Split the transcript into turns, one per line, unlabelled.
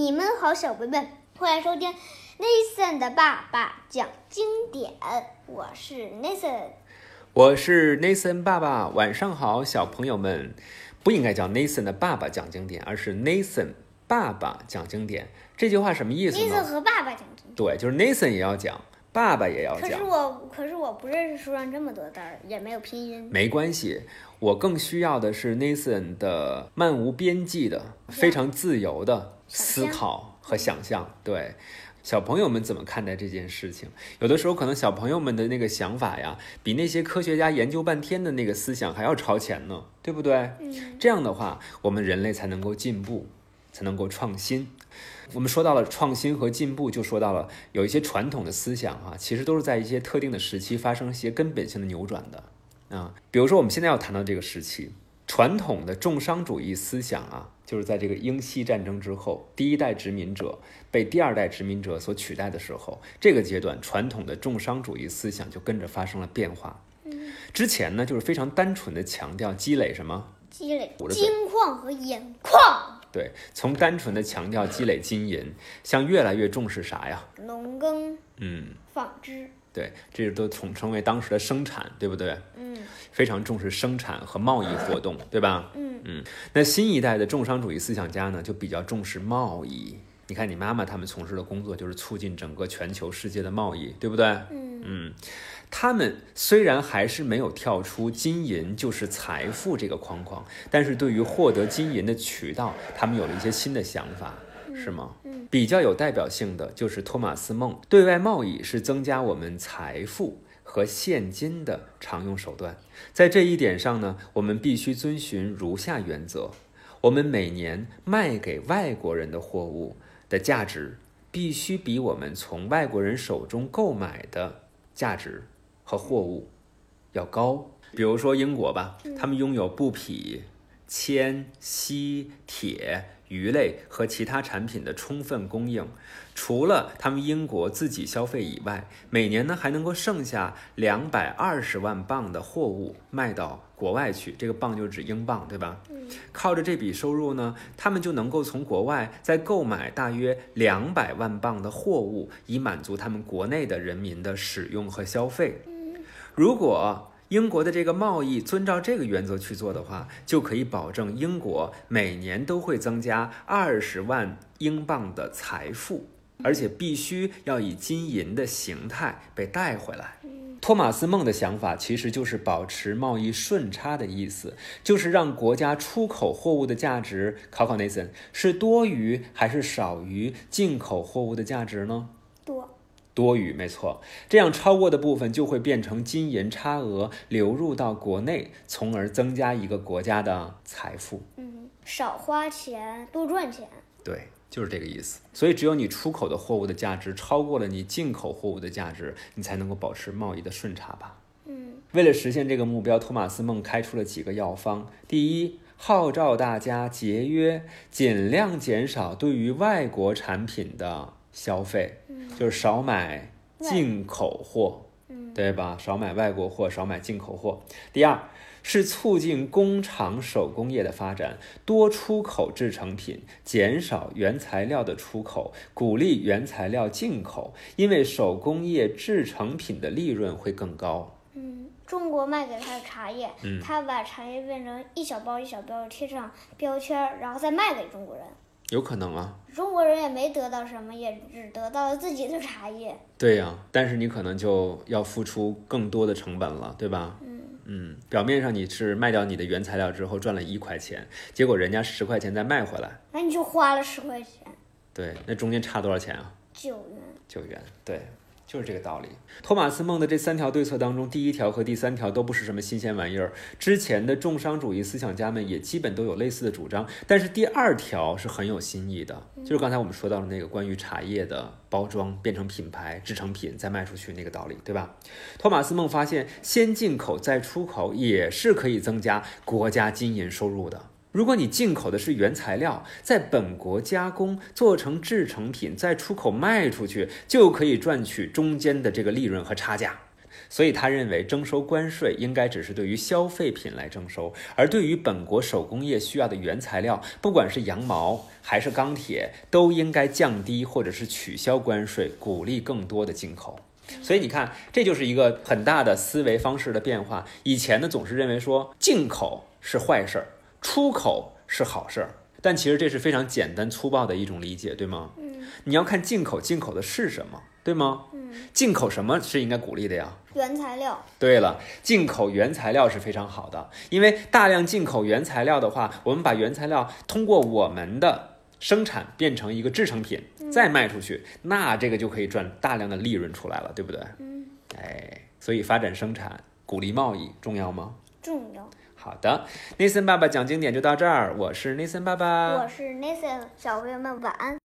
你们好，小贝贝，欢迎收听 Nathan 的爸爸讲经典，我是 Nathan。
我是 Nathan 爸爸，晚上好，小朋友们。不应该叫 Nathan 的爸爸讲经典，而是 Nathan 爸爸讲经典。这句话什么意思
Nathan
呢？
和爸爸讲经典，
对，就是 Nathan 也要讲，爸爸也要
可是
讲，
我可是我不认识书上这么多字儿，也没有拼音。
没关系。我更需要的是 Nathan 的漫无边际的、非常自由的
想
思
象
考和想象。对。小朋友们怎么看待这件事情？有的时候可能小朋友们的那个想法呀，比那些科学家研究半天的那个思想还要超前呢，对不对？
嗯，
这样的话，我们人类才能够进步，才能够创新。我们说到了创新和进步，就说到了有一些传统的思想啊，其实都是在一些特定的时期发生一些根本性的扭转的啊。比如说，我们现在要谈到这个时期，传统的重商主义思想啊，就是在这个英西战争之后，第一代殖民者被第二代殖民者所取代的时候，这个阶段传统的重商主义思想就跟着发生了变化。之前呢，就是非常单纯的强调积累什么
积累
我的嘴
金矿和银矿，
对，从单纯的强调积累金银，向越来越重视啥呀？
农耕、
嗯，
纺织。
对，这都统称为当时的生产，对不对？
嗯
非常重视生产和贸易活动，对吧？
嗯
那新一代的重商主义思想家呢，就比较重视贸易。你看，你妈妈他们从事的工作就是促进整个全球世界的贸易，对不对？
嗯，
嗯，他们虽然还是没有跳出金银就是财富这个框框，但是对于获得金银的渠道，他们有了一些新的想法，是吗？
嗯，
比较有代表性的就是托马斯梦，对外贸易是增加我们财富。和现金的常用手段，在这一点上呢，我们必须遵循如下原则：我们每年卖给外国人的货物的价值必须比我们从外国人手中购买的价值和货物要高。比如说英国吧，他们拥有布匹、铅、锡、铁、鱼类和其他产品的充分供应。除了他们英国自己消费以外，每年呢还能够剩下两百二十万磅的货物卖到国外去。这个磅就是指英镑，对吧？靠着这笔收入呢，他们就能够从国外再购买大约两百万磅的货物，以满足他们国内的人民的使用和消费。如果英国的这个贸易遵照这个原则去做的话，就可以保证英国每年都会增加二十万英镑的财富，而且必须要以金银的形态被带回来。托马斯梦的想法其实就是保持贸易顺差的意思，就是让国家出口货物的价值，考考 Nathan 是多于还是少于进口货物的价值呢？
多
多余，没错。这样超过的部分就会变成金银差额流入到国内，从而增加一个国家的财富。
嗯，少花钱，多赚钱。
对，就是这个意思。所以，只有你出口的货物的价值超过了你进口货物的价值，你才能够保持贸易的顺差吧。
嗯
为了实现这个目标，托马斯梦开出了几个药方。第一，号召大家节约，尽量减少对于外国产品的消费，就是少买进口货，对吧？少买外国货，少买进口货。第二是促进工厂手工业的发展，多出口制成品，减少原材料的出口，鼓励原材料进口，因为手工业制成品的利润会更高。
嗯，中国卖给他的茶叶，
嗯
他把茶叶变成一小包一小包贴上标签儿，然后再卖给中国人。
有可能啊，
中国人也没得到什么，也只得到了自己的茶 叶。
对呀、但是你可能就要付出更多的成本了，对吧？嗯表面上你是卖掉你的原材料之后赚了一块钱，结果人家十块钱再卖回来，
那你就花了十块钱，
对，那中间差多少钱啊？
九元。
九元，对，就是这个道理。托马斯梦的这三条对策当中，第一条和第三条都不是什么新鲜玩意儿，之前的重商主义思想家们也基本都有类似的主张，但是第二条是很有新意的，就是刚才我们说到的那个关于茶叶的包装变成品牌、制成品再卖出去那个道理，对吧？托马斯梦发现，先进口再出口也是可以增加国家金银收入的。如果你进口的是原材料，在本国加工做成制成品，再出口卖出去，就可以赚取中间的这个利润和差价。所以他认为征收关税应该只是对于消费品来征收，而对于本国手工业需要的原材料，不管是羊毛还是钢铁，都应该降低或者是取消关税，鼓励更多的进口。所以你看，这就是一个很大的思维方式的变化。以前呢，总是认为说进口是坏事儿，出口是好事儿，但其实这是非常简单粗暴的一种理解，对吗？
嗯，
你要看进口，进口的是什么，对吗？
嗯，
进口什么是应该鼓励的呀？
原材料，
对了，进口原材料是非常好的，因为大量进口原材料的话，我们把原材料通过我们的生产变成一个制成品，再卖出去，那这个就可以赚大量的利润出来了，对不对？
嗯，
哎，所以发展生产、鼓励贸易重要吗？
重要。
好的，Nathan 爸爸讲经典就到这儿，我是 Nathan 爸爸，
我是 Nathan，小朋友们晚安。